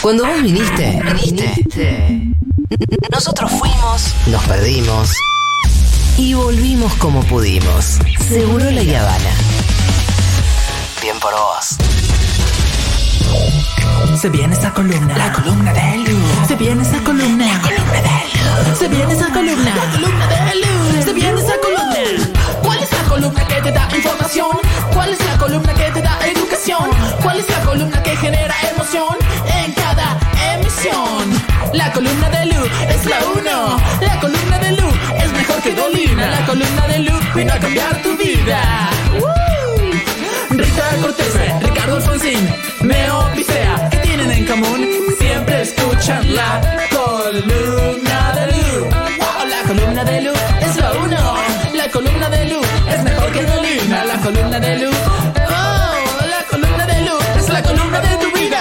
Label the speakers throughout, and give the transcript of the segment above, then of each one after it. Speaker 1: Cuando vos viniste, viniste. Nosotros fuimos, nos perdimos y volvimos como pudimos. Seguro la Habana. Bien por vos.
Speaker 2: Se viene esa columna. La columna de Lu. Se viene esa columna. La columna de Lu. Se viene esa columna. La columna de Lu. Se viene esa columna. ¿Cuál es la columna que te da información? ¿Cuál es la columna que te da educación? ¿Cuál es la columna que genera emoción en cada emisión? La columna de Lu es la uno. La columna de Lu es mejor que Dolina. La columna de Lu vino a cambiar tu vida. ¡Woo! Rita Cortese, Ricardo Alfonsín, Neo Picea, ¿qué tienen en común? Siempre escuchan la columna de Lu. ¡Wow! La columna de Lu es la uno. La columna de Lu es mejor que Dolina. La columna de Lu. ¡Oh! La columna de Lu es la columna de tu vida.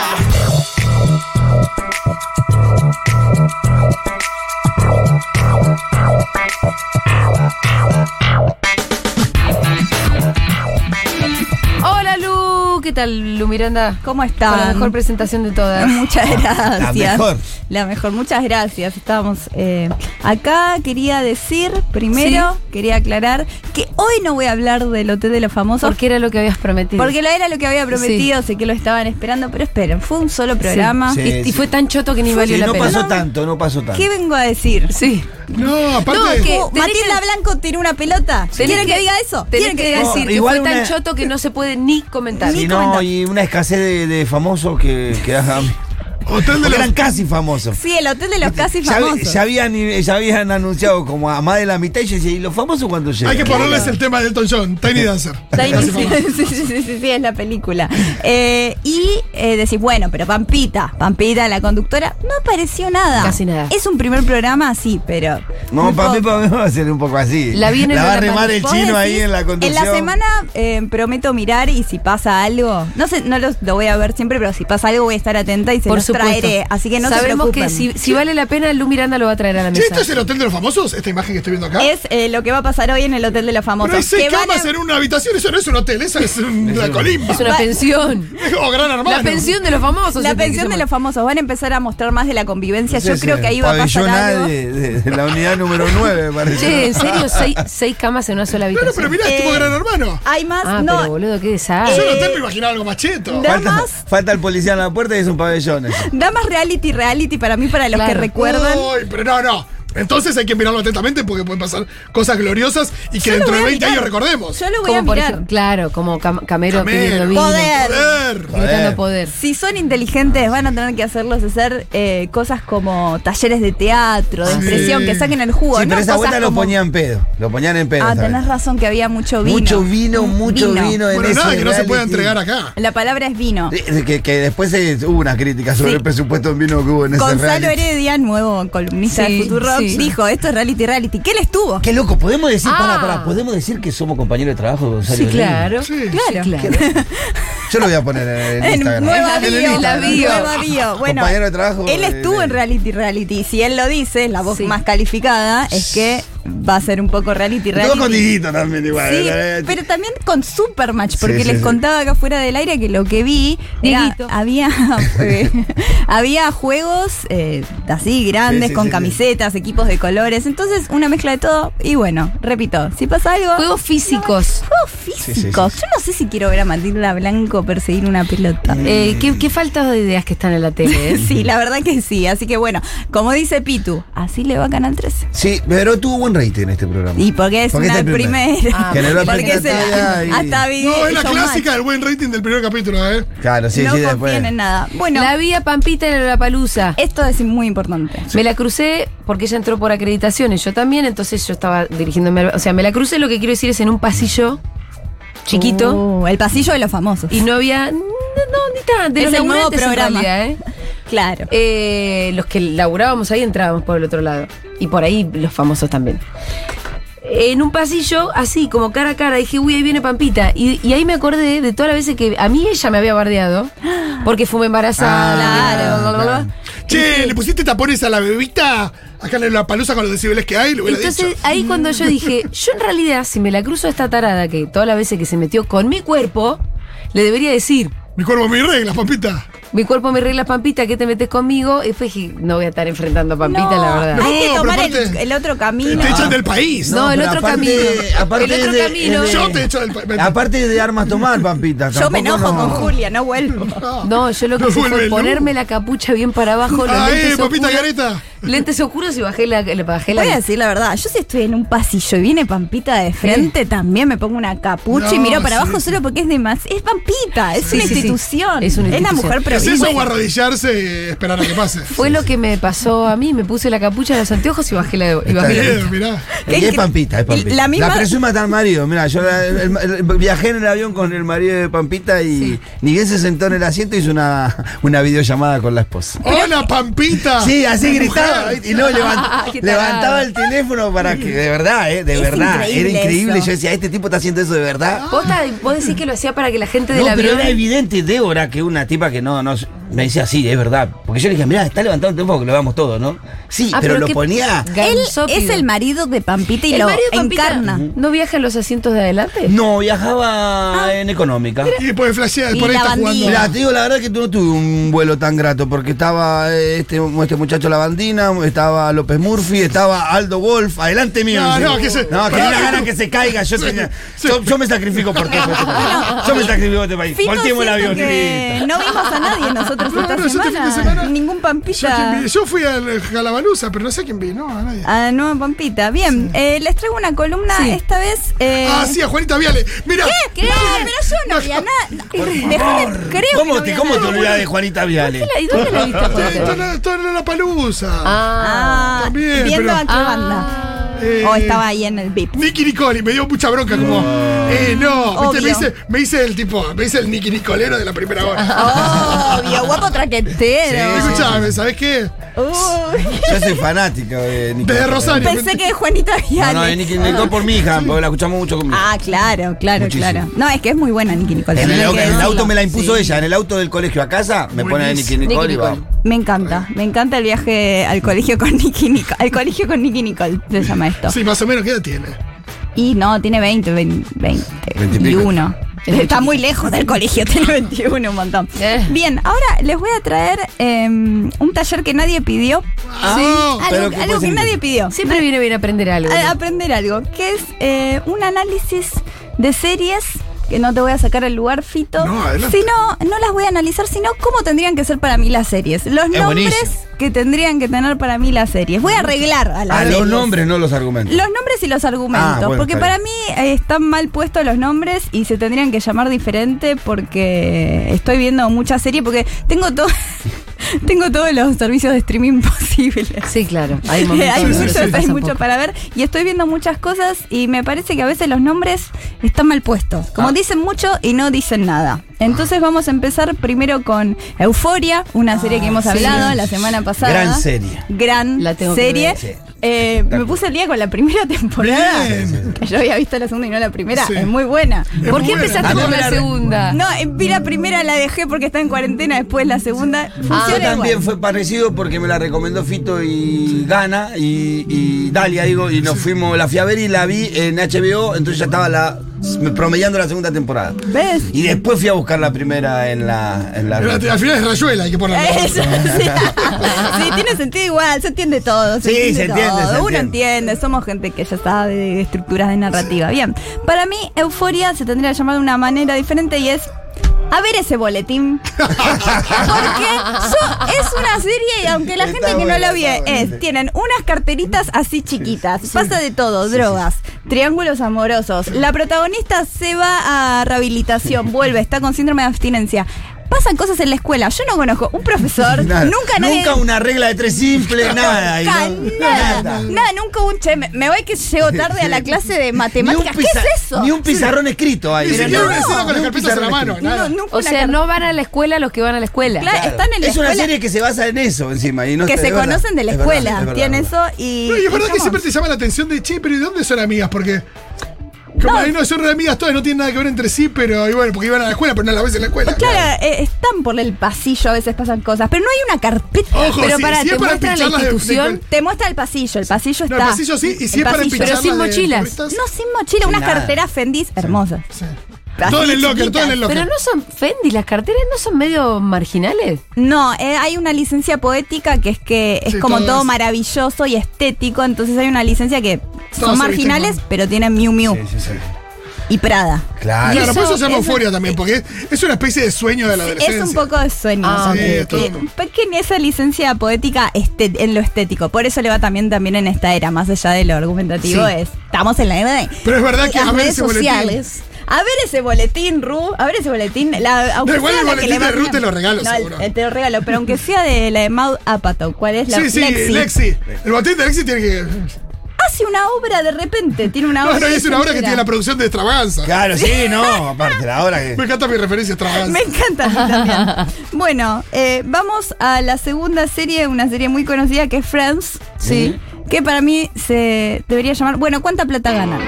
Speaker 3: Hola Lu, ¿qué tal Lu Miranda?
Speaker 4: ¿Cómo
Speaker 3: Con la
Speaker 4: están?
Speaker 3: mejor presentación de todas.
Speaker 4: Muchas gracias.
Speaker 5: La mejor.
Speaker 4: La mejor, muchas gracias. Estamos eh, acá. Quería decir, primero, quería aclarar que hoy no voy a hablar del Hotel de los Famosos.
Speaker 3: Porque era lo que habías prometido.
Speaker 4: Porque lo era lo que había prometido, sé que lo estaban esperando, pero esperen, fue un solo programa.
Speaker 3: Sí.
Speaker 5: Sí,
Speaker 3: y,
Speaker 5: sí.
Speaker 3: y fue tan choto que ni valió
Speaker 5: Sí,
Speaker 3: la
Speaker 5: no
Speaker 3: pena.
Speaker 5: pasó tanto, no pasó tanto.
Speaker 4: ¿Qué vengo a decir?
Speaker 3: Sí.
Speaker 6: No, aparte.
Speaker 3: No, es que-
Speaker 4: Oh,
Speaker 3: tenés
Speaker 4: Matilda
Speaker 3: que-
Speaker 4: Blanco tiene una pelota.
Speaker 3: Tenés
Speaker 4: ¿Quieren que, diga eso?
Speaker 3: tenés
Speaker 4: ¿Quieren
Speaker 3: que,
Speaker 4: que diga
Speaker 3: decir
Speaker 4: eso?
Speaker 5: No,
Speaker 3: que
Speaker 5: igual
Speaker 3: fue tan
Speaker 5: una-
Speaker 3: choto que no se puede ni comentar.
Speaker 5: Si no, y una escasez de, de famosos que, que da-
Speaker 6: Hotel de
Speaker 5: porque eran
Speaker 6: los.
Speaker 5: casi famosos.
Speaker 4: Sí, el Hotel de los Casi
Speaker 5: Ya,
Speaker 4: Famosos.
Speaker 5: ya habían, ya habían anunciado como a más de la mitad y yo decía, ¿y los famosos cuando llegan?
Speaker 6: Hay que ponerles el tema de Elton John, Tiny Dancer.
Speaker 4: Tiny-
Speaker 6: Casi
Speaker 4: sí,
Speaker 6: famoso.
Speaker 4: sí, sí, sí, sí, sí, es la película. Eh, y eh, decís, bueno, pero Pampita, Pampita, la conductora, no apareció nada.
Speaker 3: Casi nada.
Speaker 4: Es un primer programa, sí, pero.
Speaker 5: No,
Speaker 4: muy
Speaker 5: para mí,
Speaker 4: poco.
Speaker 5: para mí va a ser un poco así.
Speaker 3: La vi en el
Speaker 5: va a
Speaker 3: Lollapalooza.
Speaker 5: remar el
Speaker 4: Vos
Speaker 5: chino ahí
Speaker 4: decís,
Speaker 5: en la conducción.
Speaker 4: En la semana eh, prometo mirar y si pasa algo, no sé, no los- lo voy a ver siempre, pero si pasa algo voy a estar atenta y se
Speaker 3: Por
Speaker 4: los
Speaker 3: supuesto.
Speaker 4: traeré. Así que no se
Speaker 3: Sabemos
Speaker 4: preocupen.
Speaker 3: que si, si vale la pena, Lu Miranda lo va a traer a la
Speaker 6: Che,
Speaker 3: mesa.
Speaker 6: ¿esto es el Hotel de los Famosos? Esta imagen que estoy viendo acá.
Speaker 4: Es eh, lo que va a pasar hoy en el Hotel de los
Speaker 6: Pero hay
Speaker 4: Famosos. que
Speaker 6: seis
Speaker 4: van a-
Speaker 6: camas en una habitación, eso no es un hotel, eso es una colimba.
Speaker 3: Es una
Speaker 4: Va-
Speaker 3: pensión.
Speaker 6: O gran hermano.
Speaker 3: La pensión de los famosos.
Speaker 4: La
Speaker 3: es que
Speaker 4: pensión de
Speaker 3: somos.
Speaker 4: los famosos van a empezar a mostrar más de la convivencia.
Speaker 5: No sé,
Speaker 4: Yo creo
Speaker 5: ese
Speaker 4: que ahí va a pasar
Speaker 5: pabellón
Speaker 4: algo.
Speaker 5: de, de- de la unidad número 9, me parece.
Speaker 3: Che, en serio, seis, seis camas en una sola
Speaker 6: Claro,
Speaker 3: habitación.
Speaker 6: pero mirá, es tipo
Speaker 4: Eh,
Speaker 6: gran hermano.
Speaker 4: Hay más,
Speaker 3: Ah,
Speaker 4: no.
Speaker 3: pero boludo, qué
Speaker 6: Yo
Speaker 3: desastre.
Speaker 6: en el hotel me imaginaba algo más cheto.
Speaker 4: Da
Speaker 5: Falta,
Speaker 4: más.
Speaker 5: falta el policía en la puerta y es un pabellón. ese.
Speaker 4: Da más reality, reality para mí, para los
Speaker 3: Claro.
Speaker 4: que recuerdan.
Speaker 6: Uy, pero no, no. Entonces hay que mirarlo atentamente porque pueden pasar cosas gloriosas y que
Speaker 4: Yo lo
Speaker 6: dentro
Speaker 4: voy
Speaker 6: de
Speaker 4: a
Speaker 6: 20
Speaker 4: mirar.
Speaker 6: años recordemos.
Speaker 4: Yo lo voy
Speaker 3: Como
Speaker 4: a
Speaker 3: por
Speaker 4: mirar.
Speaker 3: ejemplo- claro, como Cam- Camero
Speaker 6: Camero.
Speaker 3: pidiendo vino.
Speaker 4: Poder.
Speaker 6: Joder.
Speaker 3: Gritando
Speaker 5: Joder.
Speaker 3: poder.
Speaker 4: Si son inteligentes, van a tener que hacerlos hacer eh, cosas como talleres de teatro, de
Speaker 6: Sí.
Speaker 4: impresión, que saquen el jugo.
Speaker 5: Ah, sí,
Speaker 4: Uh, no
Speaker 5: pero esa
Speaker 4: cosas
Speaker 5: vuelta lo
Speaker 4: como-
Speaker 5: ponían en pedo. Lo ponían en pedo.
Speaker 4: Ah,
Speaker 5: esta vez.
Speaker 4: tenés razón que había mucho vino. Mm,
Speaker 5: Mucho vino, mucho vino, en
Speaker 6: Bueno,
Speaker 5: ese
Speaker 6: nada que no se
Speaker 5: reality.
Speaker 6: pueda entregar acá.
Speaker 4: La palabra es vino.
Speaker 5: Eh, Que, que después eh, hubo unas críticas sobre
Speaker 4: Sí.
Speaker 5: el presupuesto en vino que hubo en ese
Speaker 4: Gonzalo
Speaker 5: reality.
Speaker 4: Heredia, nuevo columnista
Speaker 3: Sí,
Speaker 4: de Futuro,
Speaker 3: sí.
Speaker 4: dijo, esto es reality, reality. ¿Qué él estuvo?
Speaker 5: Qué loco, podemos decir,
Speaker 3: Ah.
Speaker 5: pará, pará, podemos decir que somos compañeros de trabajo de Gonzalo
Speaker 3: Sí,
Speaker 5: Heredia?
Speaker 3: claro.
Speaker 6: Sí.
Speaker 4: Claro.
Speaker 5: Yo lo voy a poner en,
Speaker 4: En
Speaker 5: Instagram.
Speaker 4: nueva
Speaker 3: En el
Speaker 4: bio,
Speaker 3: Instagram.
Speaker 4: nueva bio. Bueno,
Speaker 5: Compañero de trabajo
Speaker 4: Él
Speaker 5: de-
Speaker 4: estuvo
Speaker 5: de-
Speaker 4: en reality, reality. Si él lo dice, es la voz
Speaker 3: Sí.
Speaker 4: más calificada, es que va a ser un poco reality,
Speaker 5: Todo con
Speaker 4: reality.
Speaker 5: Dieguito también igual.
Speaker 4: Sí,
Speaker 5: eh,
Speaker 4: pero también con Supermatch, porque
Speaker 5: sí,
Speaker 4: les
Speaker 5: sí.
Speaker 4: contaba acá fuera del aire que lo que vi era-
Speaker 3: Dieguito.
Speaker 4: había, eh, había juegos eh, así grandes,
Speaker 5: Sí, sí,
Speaker 4: con
Speaker 5: sí, sí.
Speaker 4: camisetas, equipos de colores, entonces una mezcla de todo. Y bueno, repito, si pasa algo.
Speaker 3: Juegos físicos.
Speaker 4: Juegos
Speaker 5: sí, sí.
Speaker 4: físicos. Yo no sé si quiero ver a Matilda Blanco perseguir una pelota.
Speaker 3: Eh, ¿qué, qué falta de ideas que están en la tele. ¿eh?
Speaker 4: Sí, la verdad que sí. Así que bueno, como dice Pitu, así le va a Canal 13.
Speaker 5: Sí, pero tuvo buen rating este programa.
Speaker 4: Y porque es
Speaker 5: Porque
Speaker 4: una
Speaker 5: este es el primero.
Speaker 4: primera.
Speaker 3: Ah,
Speaker 5: Generó
Speaker 4: porque es
Speaker 5: expectativa
Speaker 4: el-
Speaker 5: y-
Speaker 4: hasta video.
Speaker 6: No, es la
Speaker 4: showmatch.
Speaker 6: clásica del buen rating del primer capítulo, ¿eh?
Speaker 5: Claro, sí,
Speaker 4: no
Speaker 5: sí,
Speaker 4: confíen
Speaker 5: después.
Speaker 4: en nada. Bueno,
Speaker 3: La vi a Pampita en la palusa.
Speaker 4: esto es muy importante.
Speaker 3: Me la crucé porque ella entró por acreditaciones, yo también, entonces yo estaba dirigiéndome al- O sea, me la crucé, lo que quiero decir es en un pasillo chiquito
Speaker 4: Uh, el pasillo de los famosos.
Speaker 3: y no había. No, no, ni tan. De
Speaker 4: Es
Speaker 3: los
Speaker 4: el nuevo
Speaker 3: laburantes en
Speaker 4: programa.
Speaker 3: realidad, ¿eh?
Speaker 4: claro.
Speaker 3: Eh, los que laburábamos ahí entrábamos por el otro lado. Y por ahí los famosos también. En un pasillo, así, como cara a cara, dije, uy, ahí viene Pampita. Y, y ahí me acordé de todas las veces que a mí ella me había bardeado. Porque fue embarazada.
Speaker 5: Ah,
Speaker 3: bla, bla, bla, bla.
Speaker 5: claro.
Speaker 6: Che, ¿le pusiste tapones a la bebita? Acá en la palusa con los decibeles que hay, lo hubiera
Speaker 3: Entonces
Speaker 6: dicho.
Speaker 3: ahí cuando yo dije, yo en realidad, si me la cruzo a esta tarada, que todas las veces que se metió con mi cuerpo, le debería decir,
Speaker 6: Mi cuerpo, mi regla, papita.
Speaker 3: Mi cuerpo, mis reglas, Pampita, ¿qué te metes conmigo? Y fue, dije, no voy a estar enfrentando a Pampita,
Speaker 4: No,
Speaker 3: la verdad.
Speaker 6: No,
Speaker 4: Hay que
Speaker 6: pero
Speaker 4: tomar
Speaker 6: aparte-
Speaker 4: el, el otro camino.
Speaker 6: Te echan del país.
Speaker 3: No, el
Speaker 5: pero
Speaker 3: otro
Speaker 5: aparte-
Speaker 3: camino.
Speaker 5: aparte
Speaker 3: El otro
Speaker 5: de-
Speaker 3: camino. eh.
Speaker 5: de-
Speaker 6: Yo te echo del país.
Speaker 5: Aparte de armas tomar, Pampita.
Speaker 4: Yo me
Speaker 5: tampoco
Speaker 4: enojo
Speaker 5: no-
Speaker 4: con Julia, no vuelvo.
Speaker 3: No, yo lo que hice
Speaker 6: Ah. vuelve
Speaker 3: fue
Speaker 6: el
Speaker 3: ponerme la capucha bien para abajo, los
Speaker 6: Ah,
Speaker 3: lentes
Speaker 6: eh, papita
Speaker 3: oscuros-
Speaker 6: careta.
Speaker 3: Lentes oscuros y bajé la, le bajé la
Speaker 4: Voy a decir la verdad, yo si estoy en un pasillo y viene Pampita de frente, también me pongo una capucha y
Speaker 6: No,
Speaker 4: miro para
Speaker 6: sí.
Speaker 4: abajo solo porque es de más. Es Pampita, es
Speaker 3: Sí,
Speaker 4: una
Speaker 3: sí, sí.
Speaker 4: institución.
Speaker 3: Es una
Speaker 4: la
Speaker 3: institución.
Speaker 4: mujer
Speaker 6: ¿Qué es eso o
Speaker 4: prohibida.
Speaker 6: arrodillarse y esperar a que pase?
Speaker 3: Fue lo que me pasó a mí, me puse la capucha de los anteojos y bajé la, y bajé la
Speaker 6: Eh,
Speaker 3: vista.
Speaker 6: mirá.
Speaker 4: ¿Qué
Speaker 5: Y es
Speaker 4: cre-
Speaker 5: Pampita, es Pampita.
Speaker 4: La
Speaker 5: La,
Speaker 4: misma-
Speaker 5: presuma está al marido. Mira, yo la- el- el- viajé en el avión con el marido de Pampita y ni bien se sentó en el asiento hizo una, una videollamada con la esposa.
Speaker 6: ¡Hola, Pampita!
Speaker 4: Ah.
Speaker 5: Sí, así gritaba
Speaker 6: Mujer.
Speaker 5: y no levant-
Speaker 3: Qué tarado.
Speaker 5: levantaba el teléfono para que de verdad, eh, de
Speaker 4: Es
Speaker 5: verdad,
Speaker 4: increíble
Speaker 5: era increíble.
Speaker 4: eso. Ah,
Speaker 5: Yo decía, este tipo está haciendo eso de verdad.
Speaker 3: Posta, vos decís que lo hacía para que la gente del
Speaker 5: No, pero
Speaker 3: avión.
Speaker 5: era evidente, Débora, que una tipa que no, no me decía, sí, es verdad. Porque yo le dije, mirá, está levantando el teléfono que lo vamos todos, ¿no? Sí,
Speaker 3: Ah,
Speaker 5: pero,
Speaker 3: pero
Speaker 5: lo
Speaker 3: qué-
Speaker 5: ponía.
Speaker 4: Él
Speaker 3: Gansópido.
Speaker 4: es el marido de Pampita y
Speaker 3: ¿El
Speaker 4: lo
Speaker 3: marido de Pampita
Speaker 4: encarna.
Speaker 3: ¿No viaja en los asientos de adelante?
Speaker 5: No, viajaba
Speaker 4: Ah,
Speaker 5: en económica.
Speaker 6: Y después flashea,
Speaker 4: Y
Speaker 6: por ahí
Speaker 4: la
Speaker 6: está jugando.
Speaker 4: bandida.
Speaker 5: Mira, te digo la verdad que tú no tuve un vuelo tan grato porque estaba eh, este, este muchacho Lavandina, estaba López Murphy, estaba Aldo Wolf, adelante mío.
Speaker 6: No,
Speaker 5: dice.
Speaker 6: no, que se-
Speaker 5: No, que
Speaker 6: pará,
Speaker 5: una
Speaker 6: que
Speaker 5: gana
Speaker 6: tú-
Speaker 5: que se caiga. Yo,
Speaker 6: Sí,
Speaker 5: tenía-
Speaker 6: sí.
Speaker 5: yo, yo me sacrifico por ti. por este país. Yo me sacrifico por este país.
Speaker 4: Fito,
Speaker 5: Volteemos el
Speaker 4: siento
Speaker 5: avión.
Speaker 4: que
Speaker 5: listo.
Speaker 4: no vimos a nadie nosotros
Speaker 6: Claro,
Speaker 4: esta
Speaker 6: yo este
Speaker 4: semana.
Speaker 6: fin de semana-
Speaker 4: Ningún
Speaker 6: Yo, quién
Speaker 4: Pampita.
Speaker 6: vi- yo fui al Galabalusa, pero no sé quién vi, no, a nadie.
Speaker 3: Ah,
Speaker 4: A nueva Ah, Pampita. Bien, eh, les traigo una columna esta vez. eh,
Speaker 6: Ah, sí, a Juanita Viale. Mira.
Speaker 4: ¿Qué? ¿Qué? pero yo no vi a nada. Déjame, creo que
Speaker 5: ¿Cómo
Speaker 4: no vi
Speaker 5: te,
Speaker 4: a
Speaker 5: cómo
Speaker 4: nada.
Speaker 5: te olvidas de Juanita Viale?
Speaker 3: ¿Y dónde la viste?
Speaker 6: Esto-
Speaker 3: Juanita?
Speaker 6: Esto no- esto no era la palusa.
Speaker 4: Ah,
Speaker 6: También,
Speaker 4: viendo
Speaker 6: pero-
Speaker 4: a qué banda.
Speaker 6: Eh,
Speaker 4: O estaba ahí en el VIP.
Speaker 6: Nicky Nicoli, me dio mucha bronca, como. Eh, no. ¿viste?
Speaker 4: Obvio.
Speaker 6: Me hice, me hice el tipo, me hice el Nicky Nicolero de la primera hora.
Speaker 4: Ah, Obvio, guapo traquetero.
Speaker 6: Escuchame, ¿sabés qué?
Speaker 4: Uy,
Speaker 5: Yo soy fanático de Nicky.
Speaker 6: De Rosario.
Speaker 4: pensé que Juanita
Speaker 5: No,
Speaker 4: Viale.
Speaker 5: no, de Nicky Nicole por mi hija, porque la escuchamos mucho conmigo.
Speaker 4: Ah, claro, claro,
Speaker 5: Muchísimo.
Speaker 4: claro. No, es que es muy buena Nicky Nicole.
Speaker 5: En
Speaker 4: también
Speaker 5: el,
Speaker 4: hay
Speaker 5: au-
Speaker 4: que
Speaker 5: en el
Speaker 4: decirlo.
Speaker 5: auto me la impuso ella, en el auto del colegio a casa me pone de Nicky
Speaker 6: Buenísimo.
Speaker 5: Nicole y
Speaker 3: Nicky
Speaker 5: va.
Speaker 3: Nicole.
Speaker 4: Me encanta, me encanta el viaje al colegio con Nicky Nicole. Al colegio con Nicky Nicole se llama esto.
Speaker 6: Sí, más o menos, ¿qué edad tiene?
Speaker 4: Y no, tiene 20, 20,
Speaker 5: 20 y pico.
Speaker 4: 21. Está muy lejos del colegio, tiene 21, un montón.
Speaker 3: Eh.
Speaker 4: Bien, ahora les voy a traer em, un taller que nadie pidió.
Speaker 6: Ah,
Speaker 5: pero
Speaker 4: Algo,
Speaker 5: ¿qué
Speaker 4: algo
Speaker 5: puede
Speaker 4: que
Speaker 5: ser?
Speaker 4: nadie pidió.
Speaker 3: Siempre viene bien aprender algo.
Speaker 4: A- aprender algo, que es eh, un análisis de series, que no te voy a sacar el lugar, Fito,
Speaker 6: No, adelante.
Speaker 4: sino, no las voy a analizar, sino cómo tendrían que ser para mí las series. Los nombres
Speaker 5: buenísimo.
Speaker 4: que tendrían que tener para mí las series. Voy a arreglar a las
Speaker 5: A Ah, los
Speaker 4: series.
Speaker 5: nombres, no los argumentos.
Speaker 4: Los nombres y los argumentos,
Speaker 5: Ah, bueno,
Speaker 4: porque
Speaker 5: está
Speaker 4: para
Speaker 5: bien.
Speaker 4: mí eh, están mal puestos los nombres y se tendrían que llamar diferente porque estoy viendo muchas series, porque tengo todo... Tengo todos los servicios de streaming posibles.
Speaker 3: Sí, claro. Hay,
Speaker 4: ah. Hay,
Speaker 3: momentos en los que
Speaker 4: mucho,
Speaker 3: se
Speaker 4: hay
Speaker 3: pasa
Speaker 4: mucho
Speaker 3: poco.
Speaker 4: para ver y estoy viendo muchas cosas y me parece que a veces los nombres están mal puestos. Como dicen mucho y no dicen nada. Entonces vamos a empezar primero con Euforia, una serie que hemos hablado la semana pasada.
Speaker 5: Gran serie.
Speaker 4: Gran
Speaker 3: La tengo que
Speaker 4: serie.
Speaker 3: ver.
Speaker 5: Sí.
Speaker 4: Eh, me puse el día con la primera temporada.
Speaker 6: Bien.
Speaker 4: Que yo había visto la segunda y no la primera.
Speaker 6: Sí.
Speaker 4: Es muy buena.
Speaker 3: ¿Por qué
Speaker 6: Es muy
Speaker 3: empezaste
Speaker 5: buena.
Speaker 3: con
Speaker 5: Dame
Speaker 3: la
Speaker 5: la-
Speaker 3: segunda?
Speaker 4: No, eh, vi la primera, la dejé porque está en cuarentena, después la segunda.
Speaker 3: Ah,
Speaker 4: Funciona
Speaker 5: Yo Ah, también
Speaker 4: igual.
Speaker 5: fue parecido porque me la recomendó Fito y Gana y, y Dalia, digo, y nos fuimos, la fui a ver y la vi en HBO, entonces ya estaba la promediando la segunda temporada.
Speaker 4: ¿Ves?
Speaker 5: Y después fui a buscar la primera en la... En la
Speaker 6: Pero Al final es Rayuela, hay que ponerlo.
Speaker 4: Eso, sí. Sí, tiene sentido igual, se entiende todo. Se
Speaker 5: Sí,
Speaker 4: entiende
Speaker 5: se entiende,
Speaker 4: todo.
Speaker 5: se
Speaker 4: Uno
Speaker 5: entiende.
Speaker 4: entiende, somos gente que ya sabe de estructuras de narrativa. Bien, para mí, euforia se tendría que llamar de una manera diferente y es. A ver ese boletín. Porque yo- es una serie y aunque la
Speaker 5: Está
Speaker 4: gente que no
Speaker 5: buena,
Speaker 4: la
Speaker 5: está
Speaker 4: vio
Speaker 5: buena.
Speaker 4: es, tienen unas carteritas
Speaker 5: Mm.
Speaker 4: así chiquitas. Pasa de todo, drogas, triángulos amorosos. La protagonista se va a rehabilitación, vuelve, está con síndrome de abstinencia. Pasan cosas en la escuela. Yo no conozco un profesor,
Speaker 5: Nada.
Speaker 4: nunca nadie
Speaker 5: Nunca una regla de tres simple, nada. y no-
Speaker 4: nunca, nada, nada, nunca un che, me, me voy que llego tarde a la clase de
Speaker 5: Ni un,
Speaker 4: matemáticas. ¿Qué
Speaker 5: pizar-
Speaker 4: es eso?
Speaker 5: ni un pizarrón escrito ahí.
Speaker 6: Ni
Speaker 5: Pero
Speaker 6: siquiera
Speaker 5: no,
Speaker 6: una escena con
Speaker 5: ni
Speaker 6: las
Speaker 5: un
Speaker 6: carpetas en la
Speaker 5: pizarrón
Speaker 6: mano,
Speaker 5: escrito.
Speaker 6: nada.
Speaker 4: No, nunca
Speaker 3: O
Speaker 4: una
Speaker 3: sea,
Speaker 4: car-
Speaker 3: no van a la escuela los que van a la escuela.
Speaker 4: Claro, están en la
Speaker 5: Es una
Speaker 4: escuela
Speaker 5: serie que se basa en eso encima. Y no
Speaker 4: que
Speaker 5: está-
Speaker 4: se
Speaker 5: es verdad.
Speaker 4: conocen de la
Speaker 5: Es verdad,
Speaker 4: escuela.
Speaker 5: es verdad,
Speaker 4: Tiene
Speaker 5: es verdad.
Speaker 4: eso y.
Speaker 6: No, y es verdad que
Speaker 4: ¿cómo?
Speaker 6: siempre te llama la atención de che, pero ¿y dónde son amigas? Porque. Como
Speaker 4: No.
Speaker 6: ahí no son re amigas todas, no tienen nada que ver entre sí, pero y bueno, porque iban a la escuela, pero no las ves en la escuela.
Speaker 4: Claro, eh, están por el pasillo, a veces pasan cosas, pero no hay una carpeta.
Speaker 6: Ojo,
Speaker 4: pero
Speaker 6: si-
Speaker 4: pará,
Speaker 6: si es
Speaker 4: te
Speaker 6: para
Speaker 4: muestran la
Speaker 6: pincharlas de- de-
Speaker 4: institución. te muestra el pasillo, el pasillo
Speaker 6: No,
Speaker 4: está.
Speaker 6: el pasillo sí, y si
Speaker 4: El
Speaker 6: es para
Speaker 4: pasillo.
Speaker 6: pincharlas
Speaker 3: Pero sin
Speaker 6: de
Speaker 3: mochilas.
Speaker 6: turistas,
Speaker 4: No, sin mochila, unas
Speaker 5: nada.
Speaker 4: carteras Fendis hermosas.
Speaker 6: sí.
Speaker 4: así
Speaker 6: Todo en el locker, todo en el
Speaker 3: Pero
Speaker 6: locker.
Speaker 3: no son Fendi, las carteras no son medio marginales.
Speaker 4: No, eh, hay una licencia poética que es que es
Speaker 6: Sí,
Speaker 4: como
Speaker 6: todo
Speaker 4: todo
Speaker 6: es-
Speaker 4: maravilloso y estético, entonces hay una licencia que
Speaker 6: Todos
Speaker 4: son
Speaker 6: se
Speaker 4: marginales,
Speaker 6: visten
Speaker 4: pero tienen Miu Miu
Speaker 5: Sí, sí, sí.
Speaker 4: y Prada.
Speaker 5: Claro.
Speaker 6: Claro, por eso
Speaker 3: eso-
Speaker 6: se llama
Speaker 3: eso-
Speaker 6: euforia también, porque es- es una especie de sueño de la adolescencia.
Speaker 4: Es un poco de sueño.
Speaker 3: Ah,
Speaker 4: o sea,
Speaker 6: Sí,
Speaker 4: que-
Speaker 6: es todo.
Speaker 4: que- Pequen esa licencia poética este- en lo estético. Por eso le va también, también en esta era, más allá de lo argumentativo,
Speaker 6: Sí.
Speaker 4: es estamos en la era de
Speaker 6: Pero es verdad
Speaker 4: de
Speaker 6: que
Speaker 4: las
Speaker 6: a ver
Speaker 4: redes
Speaker 6: ese boletín.
Speaker 4: sociales. A ver ese boletín, Ru. A ver ese boletín. La, aunque
Speaker 6: igual
Speaker 4: sea
Speaker 6: el
Speaker 4: la que
Speaker 6: boletín
Speaker 4: le va-
Speaker 6: de Ru te lo regalo,
Speaker 4: No, el-
Speaker 6: seguro.
Speaker 4: te lo regalo, pero aunque sea de la de Maud Apatow. ¿Cuál es la
Speaker 6: Sí, sí, Lexi. El botín de Lexi tiene que.
Speaker 4: Hace una obra de repente. Tiene una obra.
Speaker 6: Bueno, y es una obra que
Speaker 4: entera.
Speaker 6: tiene la producción de extravaganza.
Speaker 5: Claro, sí, no. Aparte, la hora que.
Speaker 6: Me encanta mi referencia a
Speaker 4: Me
Speaker 6: extravaganza.
Speaker 4: encanta a mí también. Bueno, eh, vamos a la segunda serie, una serie muy conocida que es Friends. Sí. Que para mí se debería llamar. Bueno, ¿cuánta plata ganan?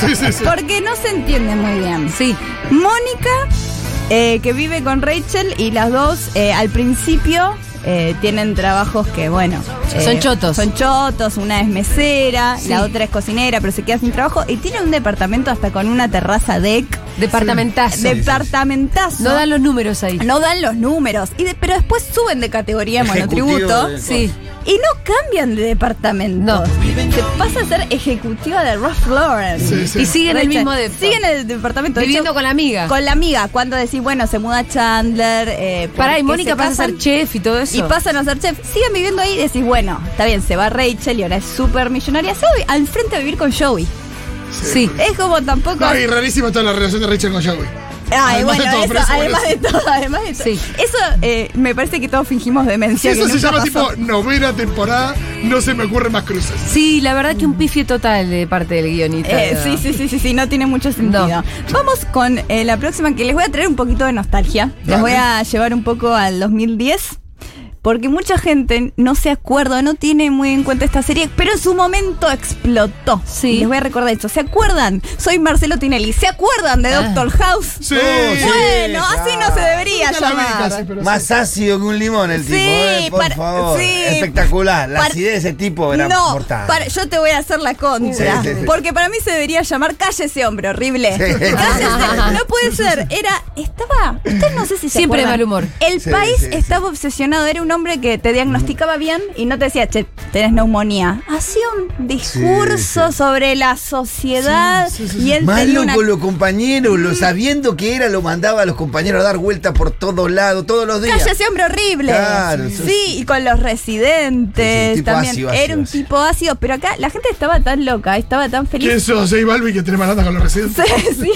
Speaker 6: Sí, sí, sí.
Speaker 4: Porque no se entiende muy bien.
Speaker 3: Sí.
Speaker 4: Mónica, eh, que vive con Rachel, y las dos eh, al principio eh, tienen trabajos que, bueno. eh,
Speaker 3: Son chotos.
Speaker 4: Son chotos, una es mesera,
Speaker 3: Sí.
Speaker 4: la otra es cocinera, pero se queda sin trabajo. Y tiene un departamento hasta con una terraza deck.
Speaker 3: Departamentazo.
Speaker 4: Departamentazo.
Speaker 3: No dan los números ahí.
Speaker 4: No dan los números, y de- pero después suben de categoría
Speaker 5: Ejecutivo
Speaker 4: monotributo
Speaker 5: de-
Speaker 3: Sí.
Speaker 4: y no cambian de departamento.
Speaker 3: No.
Speaker 4: Te pasa a ser ejecutiva de Ralph Lauren.
Speaker 6: Sí, sí.
Speaker 3: Y siguen el
Speaker 4: Rachel,
Speaker 3: mismo de
Speaker 4: Siguen en el departamento. De
Speaker 3: viviendo
Speaker 4: hecho,
Speaker 3: con la amiga.
Speaker 4: con la amiga. Cuando decís, bueno, se muda Chandler. Eh,
Speaker 3: Pará,
Speaker 4: porque
Speaker 3: y Mónica
Speaker 4: se
Speaker 3: pasa a
Speaker 4: casan
Speaker 3: ser chef y todo eso.
Speaker 4: Y pasan a ser chef. Siguen viviendo ahí y decís, bueno, está bien, se va Rachel y ahora es súper millonaria. Se va al frente a vivir con Joey.
Speaker 3: Sí.
Speaker 4: Es como tampoco.
Speaker 6: No, y rarísimo toda la relación de Rachel con Joey.
Speaker 4: Ay,
Speaker 6: Además
Speaker 4: bueno,
Speaker 6: de todo,
Speaker 4: eso,
Speaker 6: pero eso,
Speaker 4: además
Speaker 6: bueno,
Speaker 4: de todo, además de todo.
Speaker 3: Sí.
Speaker 4: Eso eh, me parece que todos fingimos demencia.
Speaker 6: eso
Speaker 4: que
Speaker 6: se
Speaker 4: nunca
Speaker 6: llama
Speaker 4: pasó.
Speaker 6: tipo novena temporada, no se me ocurren más cruces.
Speaker 3: Sí, la verdad que un pifie total de parte del guionista.
Speaker 4: Eh, sí, sí, sí, sí, sí, no tiene mucho sentido.
Speaker 3: No.
Speaker 4: Vamos con eh, la próxima que les voy a traer un poquito de nostalgia. Les
Speaker 6: Dale.
Speaker 4: voy a llevar un poco al 2010. Porque mucha gente no se acuerda, no tiene muy en cuenta esta serie, pero en su momento explotó.
Speaker 3: Sí.
Speaker 4: Les voy a recordar esto. ¿Se acuerdan? Soy Marcelo Tinelli. ¿Se acuerdan de
Speaker 3: Ah.
Speaker 4: Doctor House?
Speaker 6: Sí.
Speaker 4: Bueno,
Speaker 5: Sí,
Speaker 4: así no
Speaker 5: claro.
Speaker 4: se debería
Speaker 6: Nunca la vi
Speaker 4: llamar.
Speaker 6: casi, pero
Speaker 5: Más ácido que un limón el
Speaker 4: Sí,
Speaker 5: tipo, eh, por
Speaker 4: para-
Speaker 5: favor.
Speaker 4: sí.
Speaker 5: Espectacular. La
Speaker 4: Para-
Speaker 5: acidez de ese tipo era
Speaker 4: no,
Speaker 5: mortal.
Speaker 4: para- yo te voy a hacer la contra.
Speaker 5: Sí, sí, sí.
Speaker 4: Porque para mí se debería llamar Cállese, hombre, horrible.
Speaker 5: Sí.
Speaker 4: Cállese, no puede ser. Era, estaba, usted no sé si se
Speaker 3: Siempre de
Speaker 4: acuerdan.
Speaker 3: mal humor.
Speaker 4: El
Speaker 5: Sí,
Speaker 4: país
Speaker 5: sí, sí.
Speaker 4: estaba obsesionado. Era un hombre que te diagnosticaba bien y no te decía, che, tenés neumonía. Hacía un discurso
Speaker 5: Sí, sí.
Speaker 4: sobre la sociedad y él tenía
Speaker 5: Malo
Speaker 4: una Mm.
Speaker 5: con los compañeros, lo sabiendo que era, lo mandaba a los compañeros a dar vueltas por todos lados, todos los días.
Speaker 4: Cállese, hombre horrible.
Speaker 5: Claro,
Speaker 4: sí,
Speaker 5: sos-
Speaker 4: y con los residentes
Speaker 5: Sí, sí, tipo
Speaker 4: también.
Speaker 5: ácido,
Speaker 4: Era
Speaker 5: ácido,
Speaker 4: un
Speaker 5: ácido.
Speaker 4: tipo ácido, pero acá la gente estaba tan loca, estaba tan feliz.
Speaker 6: ¿Quién sos? J Balvin que tiene malanda con los residentes.
Speaker 4: Sí, sí.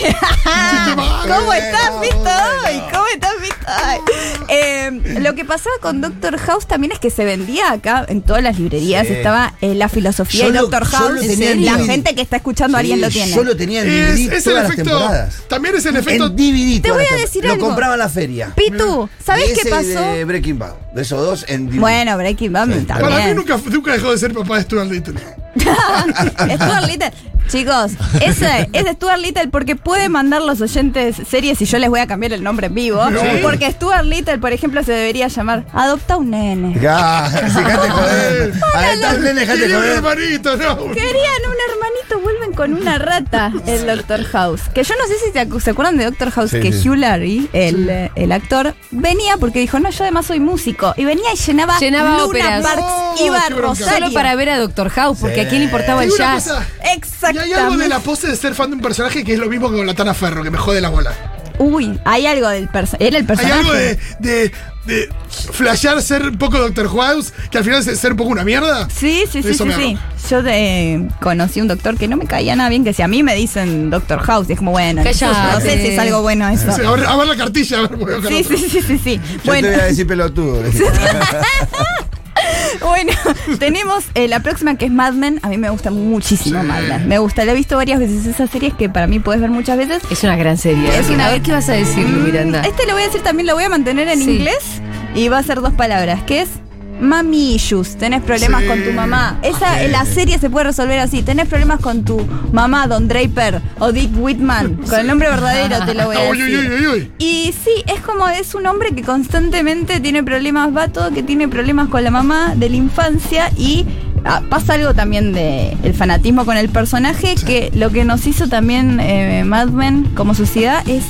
Speaker 4: ¿Cómo estás, Vito? Hoy? ¿Cómo estás, Vito? Hoy? Eh, lo que pasaba con Doctor House también es que se vendía acá en todas las librerías.
Speaker 5: Sí.
Speaker 4: Estaba eh, la filosofía
Speaker 5: Yo
Speaker 4: de
Speaker 5: lo-
Speaker 4: Doctor
Speaker 5: yo lo
Speaker 4: House.
Speaker 5: tenía en
Speaker 4: la
Speaker 5: DVD.
Speaker 4: gente que está escuchando a
Speaker 5: Sí,
Speaker 4: alguien lo tiene.
Speaker 5: Yo lo tenía en
Speaker 6: Es-
Speaker 5: DVD
Speaker 6: es el
Speaker 5: todas las
Speaker 6: efecto-
Speaker 5: temporadas.
Speaker 6: también es el efecto-
Speaker 5: En DVD.
Speaker 4: Te
Speaker 5: todas
Speaker 4: voy
Speaker 5: las
Speaker 4: a
Speaker 5: tem-
Speaker 4: decir
Speaker 5: Lo
Speaker 4: algo.
Speaker 5: compraba en la feria.
Speaker 4: Pitu,
Speaker 5: Y
Speaker 4: ¿sabes
Speaker 5: ese
Speaker 4: qué pasó?
Speaker 5: De Breaking Bad. De esos dos en DVD.
Speaker 4: Bueno, Breaking Bad
Speaker 5: Sí,
Speaker 4: también.
Speaker 6: Para mí nunca, nunca dejó de ser papá de Stuart Little.
Speaker 4: Stuart Little. Chicos, ese es Stuart Little porque puede mandar los oyentes series y yo les voy a cambiar el nombre en vivo.
Speaker 6: Sí.
Speaker 4: Porque Stuart Little, por ejemplo, se debería llamar Adopta un nene.
Speaker 5: Ya, dejate joder. Adentro, nene, dejate
Speaker 6: Tiene un
Speaker 5: Ah, joder.
Speaker 6: hermanito, no.
Speaker 4: Querían un hermanito, vuelven con una rata el Doctor House. Que yo no sé si te acu- se acuerdan de Doctor House,
Speaker 5: Sí,
Speaker 4: que
Speaker 5: sí.
Speaker 4: Hugh Laurie, el, eh, el actor, venía porque dijo, no, yo además soy músico. Y venía y llenaba,
Speaker 3: Llenaba
Speaker 4: Luna
Speaker 3: óperas.
Speaker 4: Parks,
Speaker 6: Oh,
Speaker 4: iba a
Speaker 6: qué bronca.
Speaker 4: Rosario.
Speaker 3: Solo para ver a Doctor House, porque
Speaker 5: Sí.
Speaker 3: a quién le importaba el
Speaker 6: Digo una
Speaker 3: jazz.
Speaker 6: cosa, Y
Speaker 4: Exactamente.
Speaker 6: hay algo de la pose de ser fan de un personaje que es lo mismo que con la Tana Ferro, que me jode la bola.
Speaker 4: Uy, hay algo del personaje. Era el
Speaker 6: Hay
Speaker 4: personaje.
Speaker 6: algo de, de, de flashear ser un poco Doctor House, que al final es ser un poco una mierda.
Speaker 4: Sí, sí, sí,
Speaker 6: Eso
Speaker 4: sí,
Speaker 6: me
Speaker 4: sí. Yo eh, conocí un doctor que no me caía nada bien, que si a mí me dicen Doctor House, y es como, bueno, no
Speaker 3: Cállate.
Speaker 4: sé si es algo bueno eso.
Speaker 6: Sí, a, ver, a ver la cartilla, a ver, voy a buscar
Speaker 4: Sí,
Speaker 6: otro.
Speaker 4: sí, sí, sí, sí.
Speaker 5: Yo te
Speaker 4: Bueno,
Speaker 5: voy a decir pelotudo. le dije.
Speaker 4: bueno, tenemos eh, la próxima que es Mad Men. A mí me gusta muchísimo Mad Men. Me gusta, la he visto varias veces. Esas series que para mí puedes ver muchas veces.
Speaker 3: Es una gran serie.
Speaker 4: Es una-
Speaker 3: A ver qué vas a decir, Miranda.
Speaker 4: Este lo voy a decir también, lo voy a mantener en
Speaker 3: Sí.
Speaker 4: inglés y va a ser dos palabras, que es mami issues, tenés problemas
Speaker 6: Sí.
Speaker 4: con tu mamá. Esa en la serie se puede resolver así, tenés problemas con tu mamá Don Draper o Dick Whitman, con el nombre verdadero te lo voy a
Speaker 6: Uy,
Speaker 4: decir.
Speaker 6: uy, uy, uy, uy.
Speaker 4: Y sí, es como es un hombre que constantemente tiene problemas, va todo, que tiene problemas con la mamá de la infancia y ah, pasa algo también de el fanatismo con el personaje, que lo que nos hizo también eh, Mad Men como sociedad es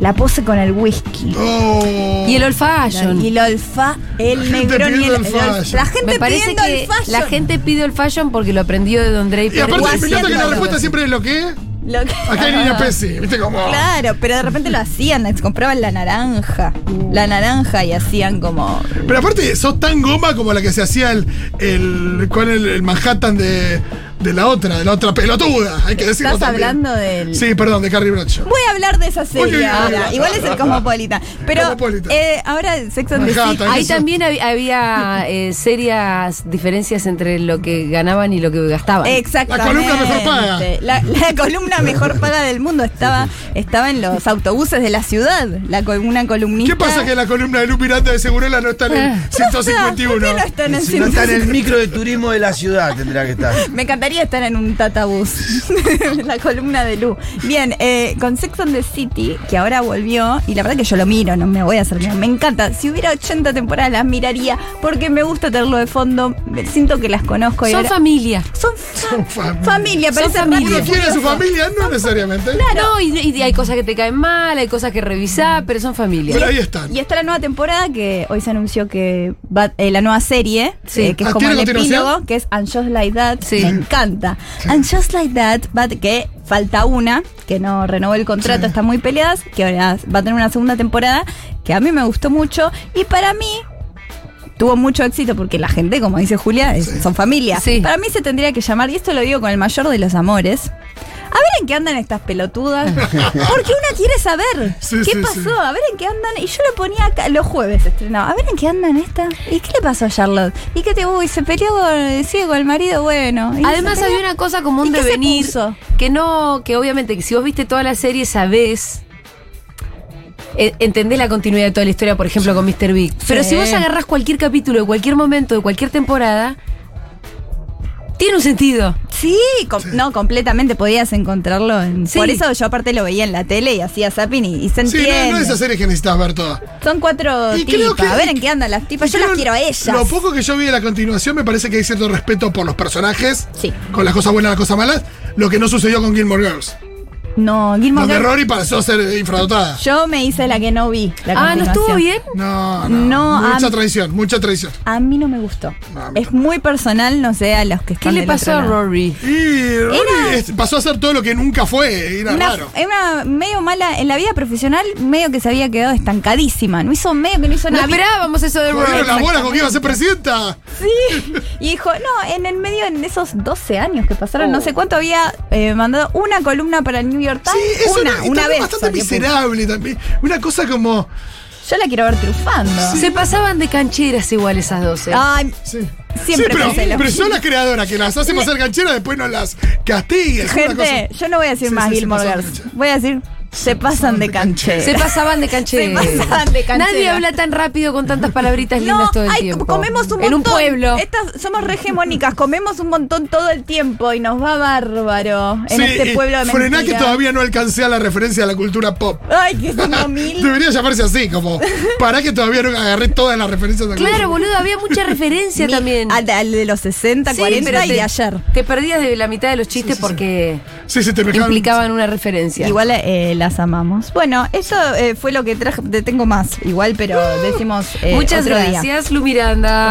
Speaker 4: la pose con el whisky.
Speaker 6: Oh.
Speaker 3: Y el old fashion.
Speaker 4: Y el olfa, el
Speaker 6: La gente
Speaker 4: negrón y el,
Speaker 6: pidiendo el fashion.
Speaker 4: La gente
Speaker 3: Me parece
Speaker 4: pidiendo
Speaker 3: que
Speaker 4: el fashion.
Speaker 3: la gente pide el fashion porque lo aprendió de Don Draper.
Speaker 6: Y aparte, me encanta
Speaker 4: haciendo
Speaker 6: que la
Speaker 4: algo
Speaker 6: respuesta siempre es lo que.
Speaker 4: Lo que-
Speaker 6: Acá hay línea Pesci, ¿viste cómo?
Speaker 4: Claro, pero de repente lo hacían, les compraban la naranja. La naranja y hacían como.
Speaker 6: Pero aparte, sos tan goma como la que se hacía el. el ¿Cuál es el, el Manhattan de, de la otra? De la otra pelotuda, hay que decirlo.
Speaker 4: Estás
Speaker 6: también.
Speaker 4: hablando del.
Speaker 6: Sí, perdón, de Carrie Bradshaw.
Speaker 4: Voy a hablar de esa serie
Speaker 6: Oye,
Speaker 4: ahora.
Speaker 6: ah,
Speaker 4: Igual es el
Speaker 6: ah,
Speaker 4: Cosmopolitan. Pero
Speaker 6: Cosmopolitan.
Speaker 4: eh, ahora el Sex and the
Speaker 6: Manhattan,
Speaker 4: City.
Speaker 3: Ahí
Speaker 6: eso.
Speaker 3: también hab- había eh, serias diferencias entre lo que ganaban y lo que gastaban.
Speaker 4: Exactamente.
Speaker 6: La columna mejor paga.
Speaker 4: La, la columna mejor paga del mundo estaba, estaba en los autobuses de la ciudad. La, col- una columnista.
Speaker 6: ¿Qué pasa que la columna de Lu Miranda de Segurola no está en
Speaker 3: Ah.
Speaker 6: el
Speaker 4: ¿Por
Speaker 6: 151?
Speaker 4: qué no están en
Speaker 5: Si no está en el
Speaker 4: 150?
Speaker 5: micro de turismo de la ciudad, tendrá que estar.
Speaker 4: Me encantaría estar en un tatabús. la columna de Lu. Bien, eh, con Sex and the City, que ahora volvió, y la verdad que yo lo miro, no me voy a hacer mirar, Me encanta. Si hubiera 80 temporadas las miraría, porque me gusta tenerlo de fondo. me- Siento que las conozco. y
Speaker 3: Son
Speaker 4: ahora-
Speaker 3: familia.
Speaker 4: son,
Speaker 6: Son
Speaker 4: familia. familia,
Speaker 6: familia.
Speaker 3: Son
Speaker 4: parece
Speaker 3: familia.
Speaker 4: rápido.
Speaker 6: Uno quiere a su familia, no necesariamente.
Speaker 3: No, y, y hay cosas que te caen mal, hay cosas que revisás, pero son familia.
Speaker 6: Pero ahí están.
Speaker 4: Y está la nueva temporada que hoy se anunció que va eh, la nueva serie,
Speaker 3: Sí.
Speaker 4: eh, que es
Speaker 6: Ah,
Speaker 4: como
Speaker 6: ¿tiene
Speaker 4: el
Speaker 6: continuación?
Speaker 4: epílogo, que es And Just Like That.
Speaker 3: Sí.
Speaker 4: Me encanta. And Just Like That, but que falta una, que no renovó el contrato, están muy peleadas, que ahora va a tener una segunda temporada, que a mí me gustó mucho. Y para mí. Tuvo mucho éxito porque la gente, como dice Julia, es- son familia.
Speaker 3: Sí.
Speaker 4: Para mí se tendría que llamar, y esto lo digo con el mayor de los amores, a ver en qué andan estas pelotudas. Porque una quiere saber
Speaker 6: Sí,
Speaker 4: qué
Speaker 6: sí,
Speaker 4: pasó,
Speaker 6: sí.
Speaker 4: a ver en qué andan. Y yo lo ponía acá, los jueves estrenaba. A ver en qué andan esta. ¿Y qué le pasó a Charlotte? ¿Y qué te uy? Se peleó con, sí, con el marido, bueno. ¿Y
Speaker 3: Además
Speaker 4: se
Speaker 3: había
Speaker 4: peleó?
Speaker 3: una cosa como
Speaker 4: ¿Y
Speaker 3: un
Speaker 4: qué se
Speaker 3: devenir
Speaker 4: puso?
Speaker 3: que no, que obviamente que si vos viste toda la serie sabés eh, entendés la continuidad de toda la historia, por ejemplo, con Mr. Big. Pero
Speaker 4: Sí.
Speaker 3: si vos agarrás cualquier capítulo de cualquier momento de cualquier temporada, tiene un sentido.
Speaker 4: Sí, com- no, completamente podías encontrarlo. en-
Speaker 3: Sí.
Speaker 4: Por eso yo aparte lo veía en la tele y hacía zapping y, y se
Speaker 6: Sí,
Speaker 4: entiende.
Speaker 6: no, no es esas series que necesitas ver todas.
Speaker 4: Son cuatro
Speaker 6: Y creo
Speaker 4: tipas.
Speaker 6: que-
Speaker 4: a ver en qué andan las tipas. Pues Yo las
Speaker 6: Creo-
Speaker 4: quiero a ellas.
Speaker 6: Lo poco que yo vi de la continuación me parece que hay cierto respeto por los personajes.
Speaker 4: Sí.
Speaker 6: Con las cosas buenas y las cosas malas. Lo que no sucedió con Gilmore Girls.
Speaker 4: No, Gilmore
Speaker 6: Donde
Speaker 4: Girls-
Speaker 6: Rory pasó ser infradotada.
Speaker 4: Yo me hice la que no vi. la
Speaker 3: Ah, ¿no estuvo
Speaker 4: continuación.
Speaker 3: bien?
Speaker 6: No,
Speaker 4: No,
Speaker 6: no. mucha
Speaker 4: a-
Speaker 6: traición, mucha traición.
Speaker 4: A mí no me gustó.
Speaker 6: No, a mí
Speaker 4: es muy personal, no sé, a los que
Speaker 3: ¿Qué
Speaker 4: están
Speaker 3: le
Speaker 4: del
Speaker 3: pasó
Speaker 4: otro
Speaker 3: a
Speaker 4: lado.
Speaker 3: Rory?
Speaker 6: Y Rory
Speaker 4: Era-
Speaker 6: es- pasó a ser todo lo que nunca fue. Era
Speaker 4: Una,
Speaker 6: raro.
Speaker 4: era una medio mala en la vida profesional, medio que se había quedado estancadísima. No hizo medio que no hizo
Speaker 3: No
Speaker 4: nada.
Speaker 3: esperábamos eso de Rory.
Speaker 6: Corrieron las bolas con que iba a ser presidenta.
Speaker 4: Sí. Y dijo, no, en el medio en esos 12 años que pasaron,
Speaker 3: Oh.
Speaker 4: no sé cuánto había eh, mandado una columna para el New York
Speaker 6: Sí,
Speaker 4: Times.
Speaker 6: eso
Speaker 4: una,
Speaker 6: era-
Speaker 4: una
Speaker 6: estaba
Speaker 4: vez.
Speaker 6: bastante
Speaker 4: había puesto.
Speaker 6: miserable también. Una cosa como.
Speaker 4: Yo la quiero ver triunfando.
Speaker 3: Se pasaban de cancheras igual esas 12.
Speaker 4: Ay,
Speaker 6: Sí.
Speaker 4: Siempre
Speaker 6: Sí, pero,
Speaker 4: pensé lo
Speaker 6: pero
Speaker 4: mismo.
Speaker 6: son las creadoras que las hace pasar cancheras, después no las castiga. es una
Speaker 4: gente,
Speaker 6: cosa-
Speaker 4: yo no voy a decir
Speaker 6: Sí,
Speaker 4: más
Speaker 6: sí, se
Speaker 4: Gilmore
Speaker 6: pasaron de
Speaker 4: Girls.
Speaker 6: canchera.
Speaker 4: Voy a decir, se pasan de canche.
Speaker 3: Se pasaban de cancheras.
Speaker 4: Se pasaban de cancheras.
Speaker 3: Nadie habla tan rápido con tantas palabritas lindas todo el
Speaker 4: ay,
Speaker 3: tiempo.
Speaker 4: comemos un montón.
Speaker 3: En un pueblo.
Speaker 4: Estas, somos regemónicas, comemos un montón todo el tiempo y nos va bárbaro en
Speaker 6: Sí,
Speaker 4: este
Speaker 6: y
Speaker 4: pueblo de
Speaker 6: frená
Speaker 4: mentira.
Speaker 6: que todavía no alcancé a la referencia a la cultura pop.
Speaker 4: Ay, que son mil.
Speaker 6: Debería llamarse así, como. Pará que todavía no agarré todas las referencias a la
Speaker 3: Claro,
Speaker 6: cultura.
Speaker 3: boludo, había mucha referencia
Speaker 4: mil-
Speaker 3: también.
Speaker 4: Al, al de los 60,
Speaker 3: Sí,
Speaker 4: 40
Speaker 3: pero
Speaker 4: y
Speaker 3: te-
Speaker 4: de ayer.
Speaker 3: Te perdías de la mitad de los chistes porque
Speaker 6: Sí, sí, te me
Speaker 3: implicaban una referencia.
Speaker 4: Igual eh, las amamos. Bueno, eso eh, fue lo que traje. Te tengo más, igual, pero decimos. eh,
Speaker 3: Muchas
Speaker 4: otro día.
Speaker 3: gracias, Lu Miranda.